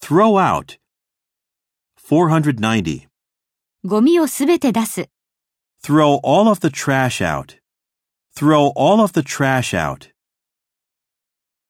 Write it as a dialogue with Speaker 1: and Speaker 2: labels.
Speaker 1: Throw out. 490.
Speaker 2: ゴミをすべて出す。
Speaker 1: Throw all of the trash out. Throw all of the trash out.